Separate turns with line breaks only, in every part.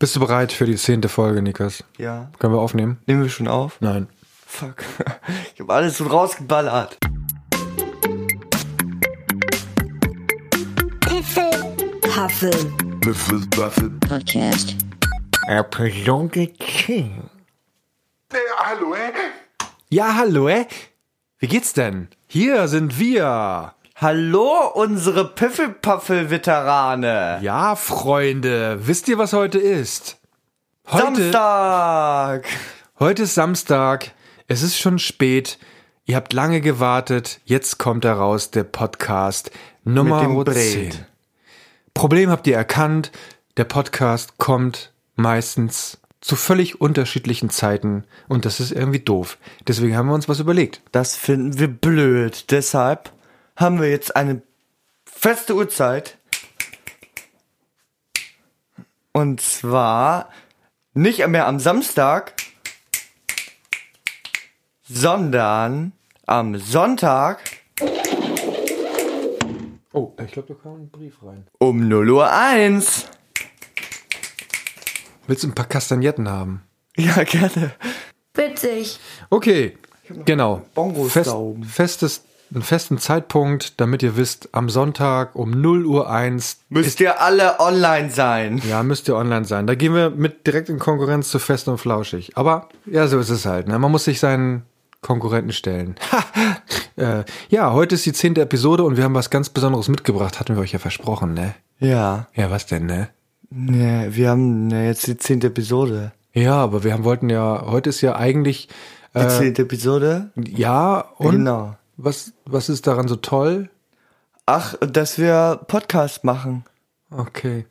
Bist du bereit für die zehnte Folge, Nikas?
Ja.
Können wir aufnehmen?
Nehmen wir schon auf?
Nein.
Fuck. Ich habe alles so rausgeballert.
Huffel Podcast.
Episode 10. Ja, hallo, äh? Wie geht's denn? Hier sind wir.
Hallo, unsere Piffelpaffel-Veterane.
Ja, Freunde, wisst ihr, was heute ist? Heute,
Samstag.
heute ist Samstag. Es ist schon spät. Ihr habt lange gewartet. Jetzt kommt heraus der Podcast Nummer
dem Brett.
10. Problem habt ihr erkannt. Der Podcast kommt meistens zu völlig unterschiedlichen Zeiten und das ist irgendwie doof. Deswegen haben wir uns was überlegt.
Das finden wir blöd. Deshalb haben wir jetzt eine feste Uhrzeit. Und zwar nicht mehr am Samstag, sondern am Sonntag
Oh, ich glaube, da kam ein Brief rein.
um 0 Uhr 1.
Willst du ein paar Kastagnetten haben?
Ja, gerne.
Witzig.
Okay, genau.
Bongos
Fest,
da oben.
festes, einen festen Zeitpunkt, damit ihr wisst, am Sonntag um 0 Uhr 1,
Müsst ihr alle online sein.
ja, müsst ihr online sein. Da gehen wir mit direkt in Konkurrenz zu Fest und Flauschig. Aber ja, so ist es halt. Ne? Man muss sich seinen Konkurrenten stellen. Ha! äh, ja, heute ist die zehnte Episode und wir haben was ganz Besonderes mitgebracht. Hatten wir euch ja versprochen, ne?
Ja.
Ja, was denn, ne?
Nee, wir haben nee, jetzt die zehnte Episode.
Ja, aber wir haben, wollten ja, heute ist ja eigentlich, ähm,
Die zehnte Episode?
ja, und
Genau.
was, was ist daran so toll?
Ach, dass wir Podcast machen.
Okay.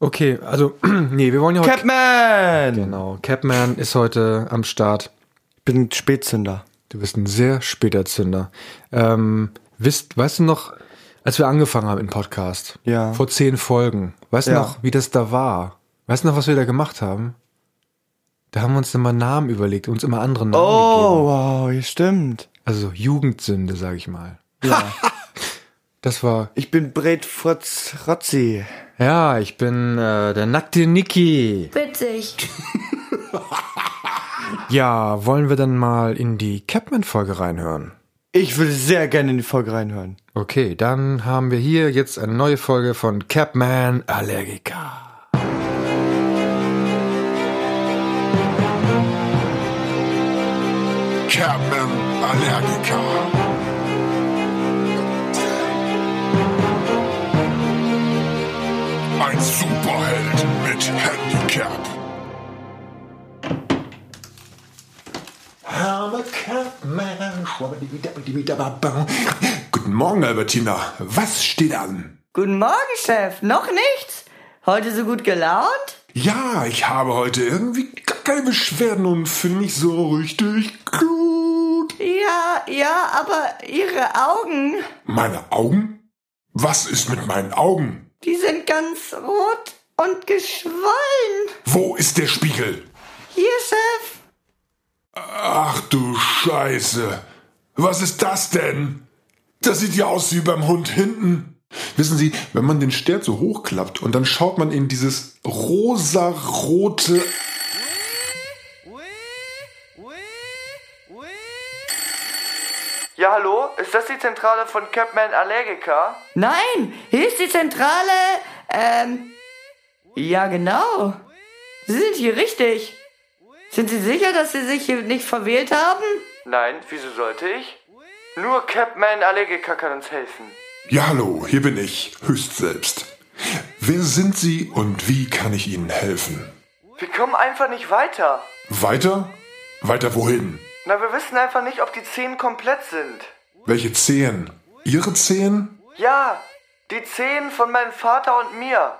Okay, also, nee, wir wollen ja heute.
Capman!
genau, Capman ist heute am Start.
Ich bin Spätzünder.
Du bist ein sehr später Zünder. Ähm, wisst, weißt du noch, als wir angefangen haben im Podcast?
Ja.
Vor zehn Folgen. Weißt du
Ja.
noch, wie das da war? Weißt du noch, was wir da gemacht haben? Da haben wir uns immer Namen überlegt, uns immer andere Namen gegeben.
Oh, wow, ja, stimmt.
Also Jugendsünde, sag ich mal.
Ja.
Das war,
ich bin Brett Fritz Rotzi.
ja, ich bin äh, der nackte Niki.
Witzig.
Ja, wollen wir dann mal in die Capman-Folge reinhören?
Ich würde sehr gerne in die Folge reinhören.
Okay, dann haben wir hier jetzt eine neue Folge von Capman Allergica.
Capman Allergica. Ein Superheld mit Handicap. Guten Morgen, Albertina. Was steht an?
Guten Morgen, Chef. Noch nichts? Heute so gut gelaunt?
Ja, ich habe heute irgendwie gar keine Beschwerden und finde mich so richtig gut.
Ja, ja, aber Ihre Augen,
Meine Augen? Was ist mit meinen Augen?
die sind ganz rot und geschwollen.
Wo ist der Spiegel?
Hier, Chef.
Ach du Scheiße. Was ist das denn? Das sieht ja aus wie beim Hund hinten. Wissen Sie, wenn man den Stern so hochklappt und dann schaut man in dieses rosarote.
Ja, hallo? Ist das die Zentrale von Capman Allergica?
Nein, hier ist die Zentrale. Ähm. Ja, genau. Sie sind hier richtig. Sind Sie sicher, dass Sie sich hier nicht verwählt haben?
Nein, wieso sollte ich? Nur Capman Allergica kann uns helfen.
Ja, hallo, hier bin ich, höchst selbst. Wer sind Sie und wie kann ich Ihnen helfen?
Wir kommen einfach nicht weiter.
Weiter? Weiter wohin?
Na, wir wissen einfach nicht, ob die Zehen komplett sind.
Welche Zehen? Ihre Zehen?
Ja, die Zehen von meinem Vater und mir.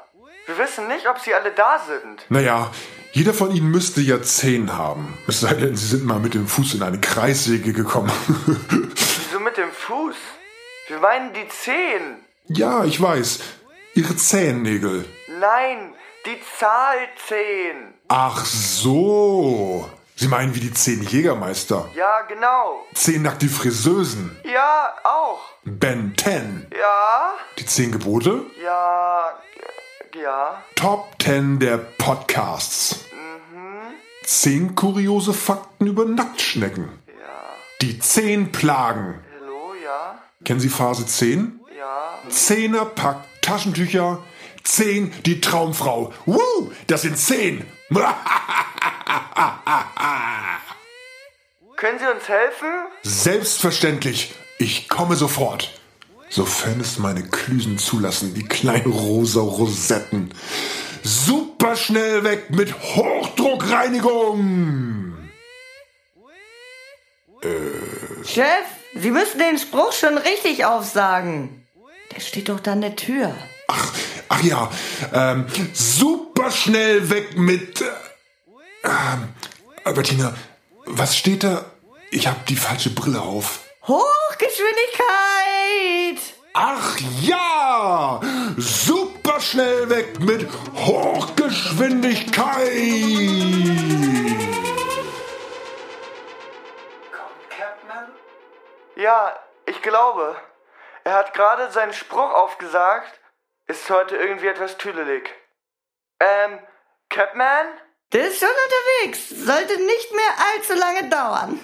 Wir wissen nicht, ob sie alle da sind.
Naja, jeder von ihnen müsste ja zehn haben. Es sei denn, sie sind mal mit dem Fuß in eine Kreissäge gekommen.
Wieso mit dem Fuß? Wir meinen die Zehen.
ja, ich weiß. Ihre Zehennägel.
Nein, die Zahl Zehen.
Ach so. Sie meinen wie die zehn Jägermeister.
Ja, genau.
Zehn nackte Friseusen.
Ja, auch.
Ben Ten.
Ja,
Die zehn Gebote.
ja, Ja.
Top 10 der Podcasts. Zehn kuriose Fakten über Nacktschnecken. Die zehn Plagen.
Hallo, ja.
Kennen Sie Phase 10?
Ja.
Zehnerpack Taschentücher. Zehn die Traumfrau. Woo, das sind zehn.
Können Sie uns helfen?
Selbstverständlich. Ich komme sofort. Sofern es meine Klüsen zulassen, die kleinen rosa Rosetten. Superschnell weg mit Hochdruckreinigung.
Chef, Sie müssen den Spruch schon richtig aufsagen. Der steht doch da an der Tür.
Ach, ach ja. Ähm, superschnell weg mit... äh, Ähm, Albertina, was steht da? Ich habe die falsche Brille auf.
Hochgeschwindigkeit!
Ach ja! Superschnell weg mit Hochgeschwindigkeit!
Captain? Ja, ich glaube. Er hat gerade seinen Spruch aufgesagt. Ist heute irgendwie etwas tüdelig. Ähm, Capman?
Der ist schon unterwegs. Sollte nicht mehr allzu lange dauern.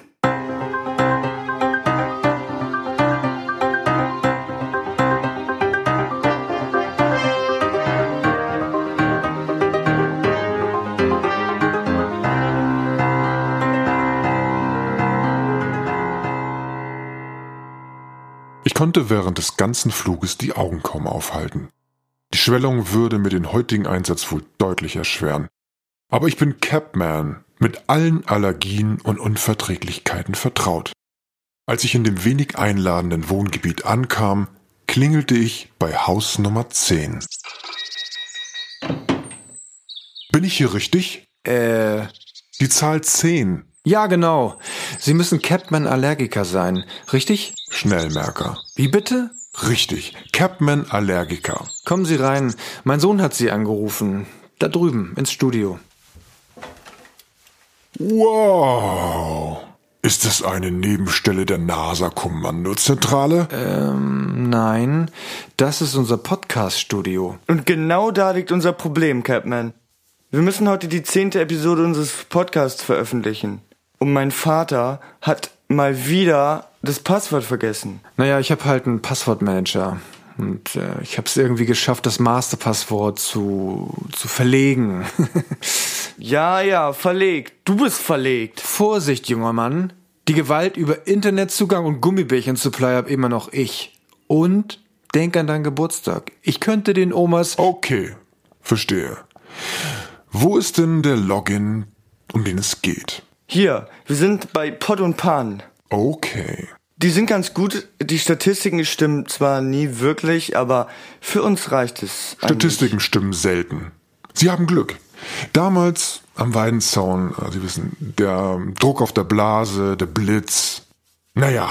Ich konnte während des ganzen Fluges die Augen kaum aufhalten. Die Schwellung würde mir den heutigen Einsatz wohl deutlich erschweren. Aber ich bin Capman, mit allen Allergien und Unverträglichkeiten vertraut. Als ich in dem wenig einladenden Wohngebiet ankam, klingelte ich bei Haus Nummer 10. Bin ich hier richtig?
Äh,
Die Zahl 10.
ja, genau. Sie müssen Capman-Allergiker sein, richtig?
Schnellmerker.
Wie bitte?
Richtig. Capman Allergiker.
Kommen Sie rein. Mein Sohn hat Sie angerufen. Da drüben, ins Studio.
Wow. Ist das eine Nebenstelle der NASA-Kommandozentrale?
Ähm, nein, das ist unser Podcast-Studio.
Und genau da liegt unser Problem, Capman. Wir müssen heute die zehnte Episode unseres Podcasts veröffentlichen. Und mein Vater hat mal wieder das Passwort vergessen.
Naja, ich habe halt einen Passwortmanager. Und äh, ich habe es irgendwie geschafft, das Masterpasswort zu, zu verlegen.
Ja, ja, verlegt. Du bist verlegt.
Vorsicht, junger Mann. Die Gewalt über Internetzugang und Gummibärchen-Supply habe immer noch ich. Und denk an deinen Geburtstag. Ich könnte den Omas...
Okay. Verstehe. Wo ist denn der Login, um den es geht?
Hier, wir sind bei Pod und Pan.
Okay.
Die sind ganz gut. Die Statistiken stimmen zwar nie wirklich, aber für uns reicht es.
Statistiken stimmen selten. Sie haben Glück. Damals am Weidenzaun, äh, Sie wissen, der ähm, Druck auf der Blase, der Blitz. Naja,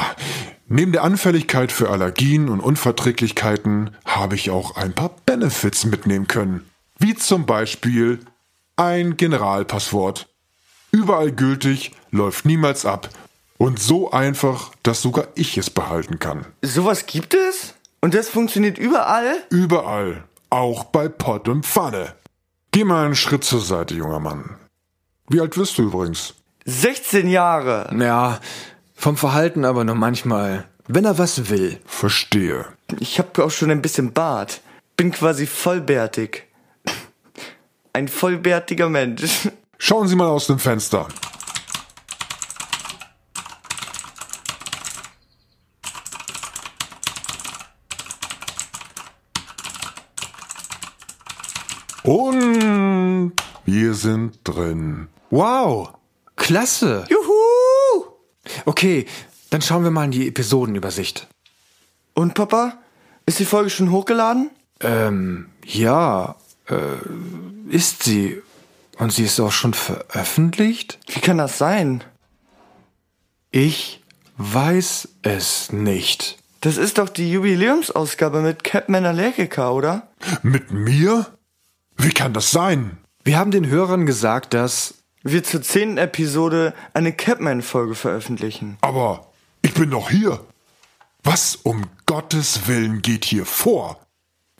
neben der Anfälligkeit für Allergien und Unverträglichkeiten habe ich auch ein paar Benefits mitnehmen können. Wie zum Beispiel ein Generalpasswort. Überall gültig, läuft niemals ab und so einfach, dass sogar ich es behalten kann.
Ähm, Sowas gibt es? Und das funktioniert überall?
Überall, auch bei Pott und Pfanne. Geh mal einen Schritt zur Seite, junger Mann. Wie alt wirst du übrigens?
16 Jahre.
Ja, vom Verhalten aber nur manchmal. Wenn er was will.
Verstehe.
Ich hab auch schon ein bisschen Bart. Bin quasi vollbärtig. Ein vollbärtiger Mensch.
Schauen Sie mal aus dem Fenster. Und wir sind drin.
Wow, klasse.
Juhu!
Okay, dann schauen wir mal in die Episodenübersicht.
Und Papa? Ist die Folge schon hochgeladen?
Ähm, ja, äh, ist sie. Und sie ist auch schon veröffentlicht?
Wie kann das sein?
Ich weiß es nicht.
Das ist doch die Jubiläumsausgabe mit Capman Allergica, oder?
Mit mir? Wie kann das sein?
Wir haben den Hörern gesagt, dass
Wir zur zehnten Episode eine Capman-Folge veröffentlichen.
Aber ich bin doch hier. Was um Gottes Willen geht hier vor?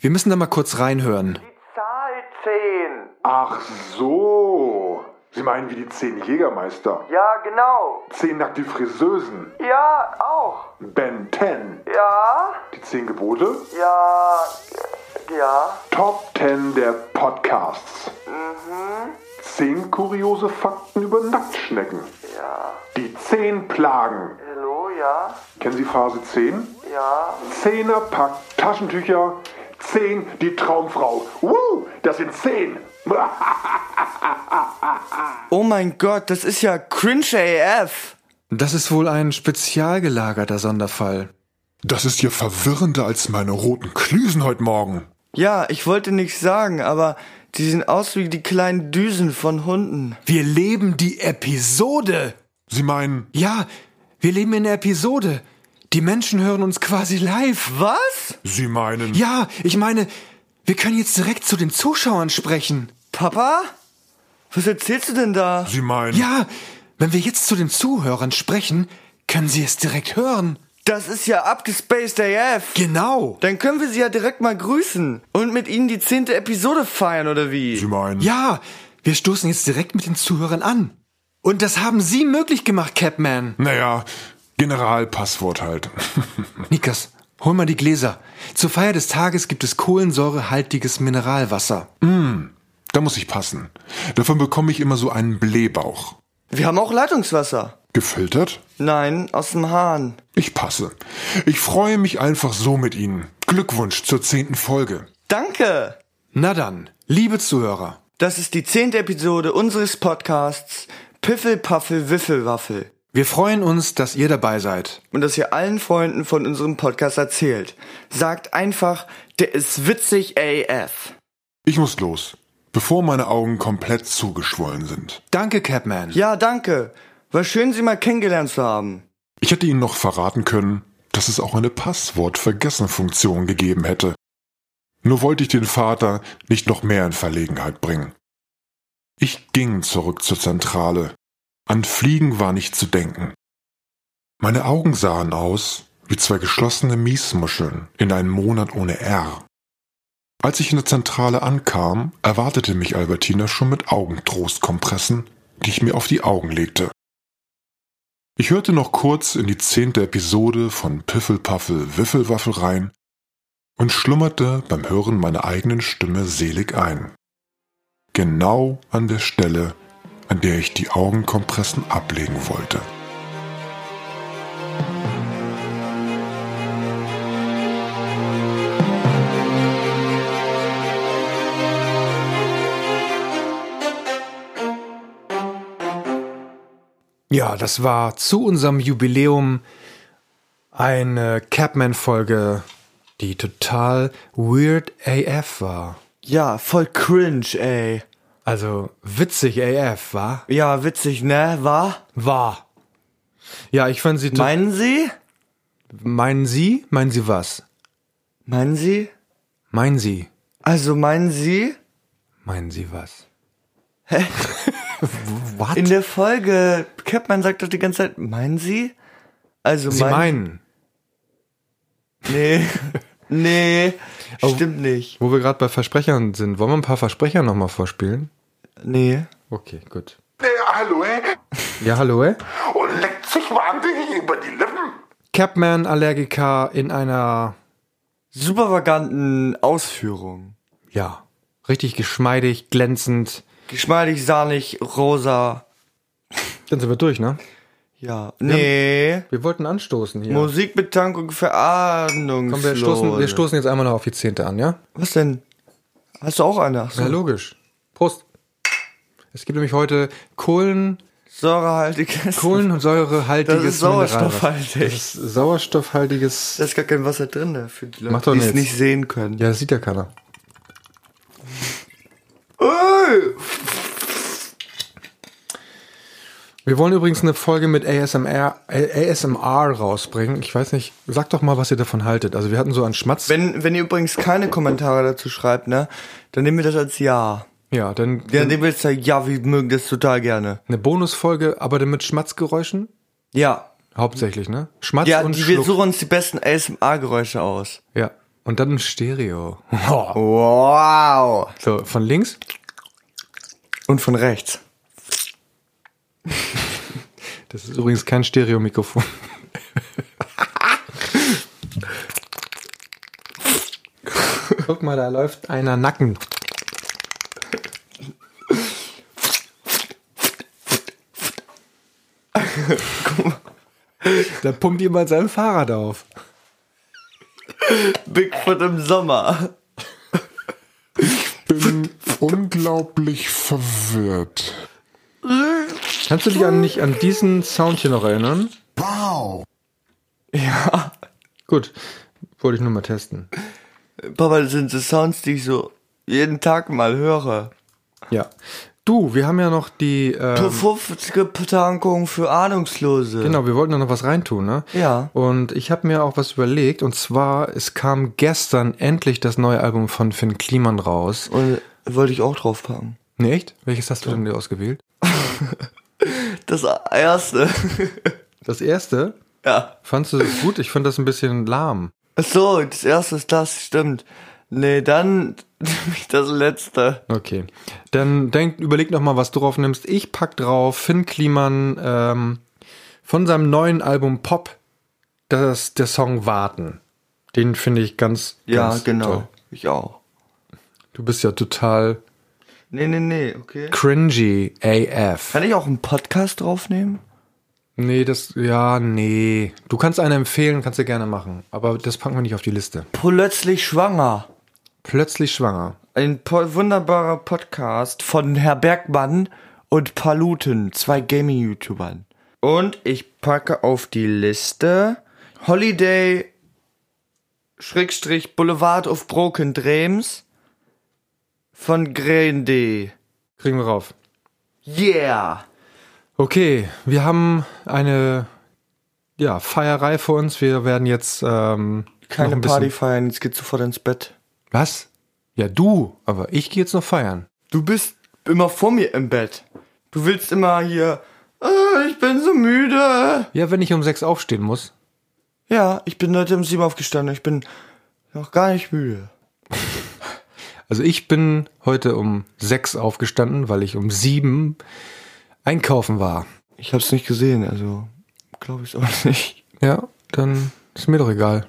wir müssen da mal kurz reinhören.
Zahl
Ach so. Sie meinen wie die zehn Jägermeister.
Ja, genau.
Zehn nackte Friseusen.
Ja, auch.
Ben 10.
Ja,
Die zehn Gebote.
ja, ja.
Top 10 der Podcasts. Zehn kuriose Fakten über Nacktschnecken. Die zehn Plagen.
Hallo, ja,
Kennen Sie Phase 10?
ja.
Zehner Pack Taschentücher. Zehn die Traumfrau. Woo, das sind zehn.
Oh mein Gott, das ist ja cringe AF.
Das ist wohl ein spezial gelagerter Sonderfall.
Das ist ja verwirrender als meine roten Klüsen heute Morgen.
Ja, ich wollte nichts sagen, aber die sehen aus wie die kleinen Düsen von Hunden.
Wir leben die Episode.
Sie meinen,
Ja, wir leben in der Episode. Die Menschen hören uns quasi live.
Was?
Sie meinen.
Ja, ich meine, wir können jetzt direkt zu den Zuschauern sprechen.
Papa? Was erzählst du denn da?
Sie meinen.
Ja, wenn wir jetzt zu den Zuhörern sprechen, können sie es direkt hören.
Das ist ja abgespaced AF.
Genau.
Dann können wir sie ja direkt mal grüßen und mit ihnen die zehnte Episode feiern, oder wie?
meinen.
Ja, wir stoßen jetzt direkt mit den Zuhörern an. Und das haben Sie möglich gemacht, Capman.
Naja, Generalpasswort halt.
Nikas, hol mal die Gläser. Zur Feier des Tages gibt es kohlensäurehaltiges Mineralwasser.
da muss ich passen. Davon bekomme ich immer so einen Blähbauch.
Wir haben auch Leitungswasser.
Gefiltert?
Nein, aus dem Hahn.
Ich passe. Ich freue mich einfach so mit Ihnen. Glückwunsch zur zehnten Folge.
Danke.
Na dann, liebe Zuhörer,
Das ist die zehnte Episode unseres Podcasts Piffelpaffel Wiffelwaffel.
wir freuen uns, dass ihr dabei seid.
Und dass ihr allen Freunden von unserem Podcast erzählt. Sagt einfach, der ist witzig AF.
Ich muss los, bevor meine Augen komplett zugeschwollen sind.
Danke, Capman.
Ja, danke. War schön, Sie mal kennengelernt zu haben.
Ich hätte Ihnen noch verraten können, dass es auch eine Passwort-Vergessen-Funktion gegeben hätte. Nur wollte ich den Vater nicht noch mehr in Verlegenheit bringen. Ich ging zurück zur Zentrale. An Fliegen war nicht zu denken. Meine Augen sahen aus wie zwei geschlossene Miesmuscheln in einem Monat ohne R. Als ich in der Zentrale ankam, erwartete mich Albertina schon mit Augentrostkompressen, die ich mir auf die Augen legte. Ich hörte noch kurz in die zehnte Episode von Piffelpaffel Wiffelwaffel rein und schlummerte beim Hören meiner eigenen Stimme selig ein. Genau an der Stelle, an der ich die Augenkompressen ablegen wollte.
Ja, das war zu unserem Jubiläum eine Capman-Folge, die total weird AF war.
Ja, voll cringe, ey.
Also witzig AF, war?
Ja, witzig, ne? War?
War. Ja, ich fand sie... to-
Meinen Sie?
meinen Sie? Meinen Sie was?
Meinen Sie?
Meinen Sie?
Also meinen Sie?
Meinen Sie was?
Hä?
What?
In der Folge, Capman sagt doch die ganze Zeit, meinen Sie? Also
Sie meinen,
Nee. nee.
Oh.
Stimmt nicht.
wo wir gerade bei Versprechern sind, wollen wir ein paar Versprecher nochmal vorspielen?
Nee.
Okay, gut.
Ja, hallo, ey.
Ja, hallo, äh?
Und leckt sich wahnsinnig über die Lippen.
Capman-Allergiker in einer
Supervaganten Ausführung.
ja, richtig geschmeidig, glänzend.
Geschmeidig, sahnig, rosa.
Dann sind wir durch, ne?
Ja. Nee.
Wir wollten anstoßen hier.
Musikbetankung für Ahnungslose.
Komm, wir stoßen, wir stoßen jetzt einmal noch auf die Zehnte an, ja?
Was denn? Hast du auch eine? Ach so.
Ja, logisch. Prost. Es gibt nämlich heute Kohlen,
Säurehaltiges.
Kohlensäurehaltiges
Das ist halt. sauerstoffhaltig.
Mineralwasser. Das ist sauerstoffhaltiges...
Da ist gar kein Wasser drin, ne, für die
Macht
Leute,
doch
die es
nichts.
nicht sehen können.
Ja, das sieht ja keiner.
Ey!
Wir wollen übrigens eine Folge mit ASMR, äh, ASMR rausbringen. Ich weiß nicht, sagt doch mal, was ihr davon haltet. Also wir hatten so einen Schmatz.
Wenn, wenn ihr übrigens keine Kommentare dazu schreibt, ne, dann nehmen wir das als Ja.
ja, dann
Ja, dann nehmen wir jetzt als Ja, wir mögen das total gerne.
eine Bonusfolge, aber dann mit Schmatzgeräuschen.
Ja.
Hauptsächlich, ne? Schmatz
Ja,
und
die, wir
Schluck.
suchen uns die besten ASMR-Geräusche aus.
ja. Und dann ein Stereo.
Wow.
So, von links.
Und von rechts.
Das ist übrigens kein Stereomikrofon. Guck mal, da läuft einer Nacken. Da pumpt jemand sein Fahrrad auf.
Bigfoot im Sommer.
Bin unglaublich verwirrt.
Kannst du dich an, nicht an diesen Sound hier noch erinnern?
Wow.
Ja.
Gut, wollte ich nur mal testen.
Papa, das sind so Sounds, die ich so jeden Tag mal höre.
Ja. Du, wir haben ja noch die. Ähm,
Verfufftankung für Ahnungslose.
Genau, wir wollten da noch was reintun, ne?
Ja.
Und ich habe mir auch was überlegt. Und zwar, es kam gestern endlich das neue Album von Finn Kliman raus.
Und wollte ich auch drauf packen.
Nee, echt? Welches hast du denn dir ausgewählt?
Das erste.
Das erste?
ja.
Fandst du das gut? Ich fand das ein bisschen lahm.
Ach so, das erste ist das, stimmt. Nee, dann das letzte.
Okay. Dann denk, überleg noch mal, was du drauf nimmst. Ich pack drauf Finn Kliman ähm, von seinem neuen Album Pop, das ist der Song Warten. Den finde ich ganz,
Ja,
ganz
genau.
toll.
Ich auch.
Du bist ja total
Nee, nee, nee, okay.
cringy AF.
Kann ich auch einen Podcast draufnehmen?
Nee, das, ja, nee. Du kannst einen empfehlen, kannst du gerne machen. Aber das packen wir nicht auf die Liste.
Plötzlich schwanger.
Plötzlich schwanger.
Ein po wunderbarer Podcast von Herr Bergmann und Paluten, zwei Gaming-YouTubern. Und ich packe auf die Liste Holiday Schrägstrich Boulevard of Broken Dreams von Grendy.
Kriegen wir rauf.
Yeah!
Okay, wir haben eine ja, Feierei vor uns. Wir werden jetzt ähm, noch
Keine
ein bisschen-
Party feiern, jetzt geht sofort ins Bett.
Was? Ja, du, aber ich gehe jetzt noch feiern.
Du bist immer vor mir im Bett. Du willst immer hier, "Ah, ich bin so müde.
Ja, wenn ich um sechs aufstehen muss.
Ja, ich bin heute um sieben aufgestanden. Ich bin noch gar nicht müde.
Also ich bin heute um sechs aufgestanden, weil ich um sieben einkaufen war.
Ich hab's nicht gesehen, also glaube ich auch nicht.
Ja, dann ist mir doch egal.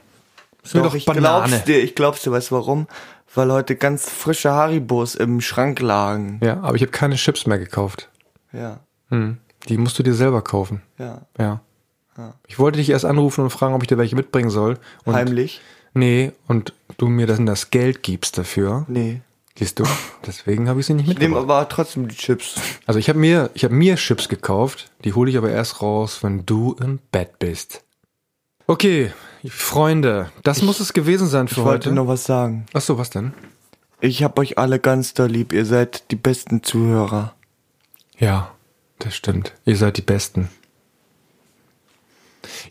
Ist mir doch,
ich
Banane.
glaub's dir, ich glaub's dir, weißt du warum? Weil heute ganz frische Haribos im Schrank lagen.
Ja, aber ich habe keine Chips mehr gekauft.
Ja,
Hm. Die musst du dir selber kaufen.
ja.
Ja. Ich wollte dich erst anrufen und fragen, ob ich dir welche mitbringen soll. Und
Heimlich?
Nee, und du mir dann das Geld gibst dafür.
Nee.
Siehst du? Deswegen habe ich sie nicht
Ich nehm
mitgebracht.
aber trotzdem die Chips.
Also ich habe mir, ich habe mir Chips gekauft. Die hole ich aber erst raus, wenn du im Bett bist. Okay, Freunde, das muss es gewesen sein für
Ich wollte
heute.
noch was sagen.
Ach so, was denn?
Ich hab euch alle ganz doll lieb. Ihr seid die besten Zuhörer.
Ja, das stimmt. Ihr seid die Besten.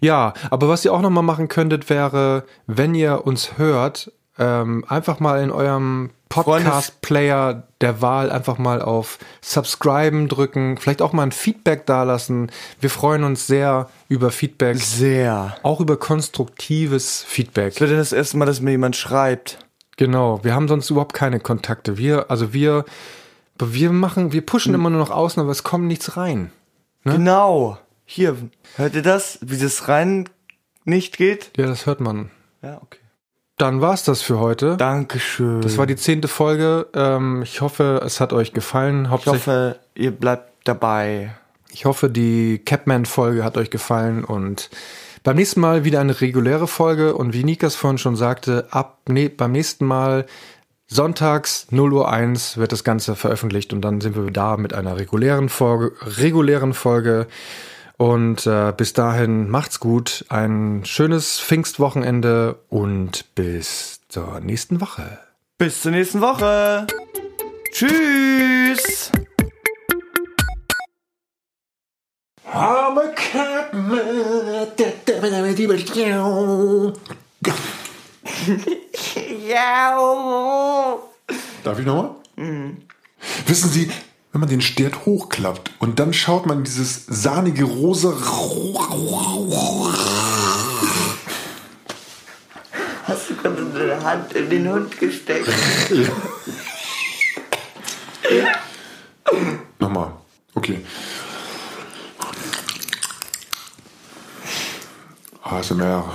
Ja, aber was ihr auch nochmal machen könntet, wäre, wenn ihr uns hört, ähm, einfach mal in eurem Podcast-Player der Wahl einfach mal auf Subscriben drücken, vielleicht auch mal ein Feedback dalassen. Wir freuen uns sehr über Feedback,
Sehr.
auch über konstruktives
Das
Feedback.
wird ja das erste Mal, dass mir jemand schreibt.
Genau, wir haben sonst überhaupt keine Kontakte. Wir, also wir, wir machen, wir pushen immer nur nach außen, aber es kommt nichts rein. Ne?
Genau. Hier, hört ihr das? Wie das rein nicht geht?
Ja, das hört man.
Ja, okay.
Dann war's das für heute.
Dankeschön.
Das war die zehnte Folge. Ähm, ich hoffe, es hat euch gefallen.
ich
Hauptsächlich,
hoffe, ihr bleibt dabei.
ich hoffe, die Capman-Folge hat euch gefallen und beim nächsten Mal wieder eine reguläre Folge. Und wie Nikas vorhin schon sagte, ab ne, beim nächsten Mal sonntags 0 Uhr 1 wird das Ganze veröffentlicht und dann sind wir da mit einer regulären Folge. Regulären Folge. Und äh, bis dahin macht's gut, ein schönes Pfingstwochenende und bis zur nächsten Woche.
Bis zur nächsten Woche. Tschüss.
I'm a Catman.
Ja, oh.
Darf ich nochmal? Wissen Sie, wenn man den Stert hochklappt und dann schaut man dieses sahnige rosa.
Hast du gerade deine Hand in den Hund gesteckt?
Nochmal. Okay. ASMR.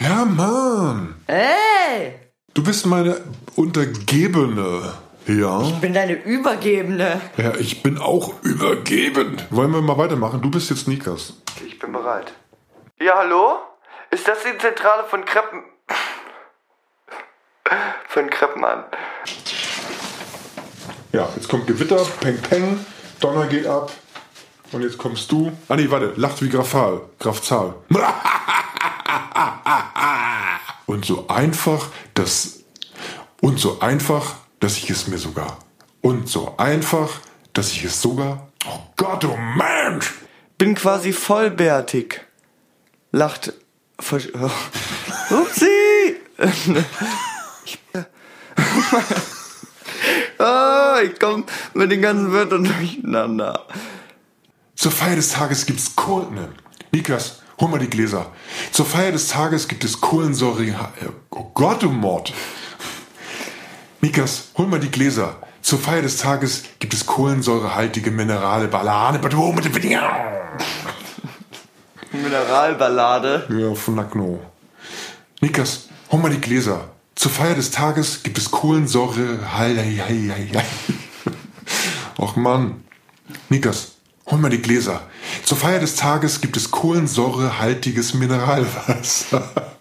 Ja, Mann.
Ey,
Du bist meine Untergebene. Ja.
ich bin deine Übergebende.
Ja, ich bin auch übergebend. Wollen wir mal weitermachen? Du bist jetzt Nikas.
Ich bin bereit. Ja, hallo? Ist das die Zentrale von Kreppen... von Kreppen an?
Ja, jetzt kommt Gewitter, Peng Peng, Donner geht ab. Und jetzt kommst du. Ah nee, warte, lacht wie Grafal. Grafzahl. Und so einfach, dass. Und so einfach, dass ich es mir sogar. Und so einfach, dass ich es sogar. Oh Gott, oh Mensch!
Bin quasi vollbärtig. Lacht. Versch Upsi! Ich- ah, ich komm mit den ganzen Wörtern durcheinander.
Zur Feier des Tages gibt's Kohlen. Niklas, hol mal die Gläser. Zur Feier des Tages gibt es kohlensäurige. Ha- äh, Oh Gott, oh Mord. Niklas, hol mal die Gläser. Zur Feier des Tages gibt es kohlensäurehaltige Minerale, Banane, Badum, Ja,
Mineralballade.
von Lagno. Niklas, hol mal die Gläser. Zur Feier des Tages gibt es Kohlensäure. Hal- hei- hei- hei- hei. Och Mann. Niklas, hol mal die Gläser. Zur Feier des Tages gibt es kohlensäurehaltiges Mineralwasser.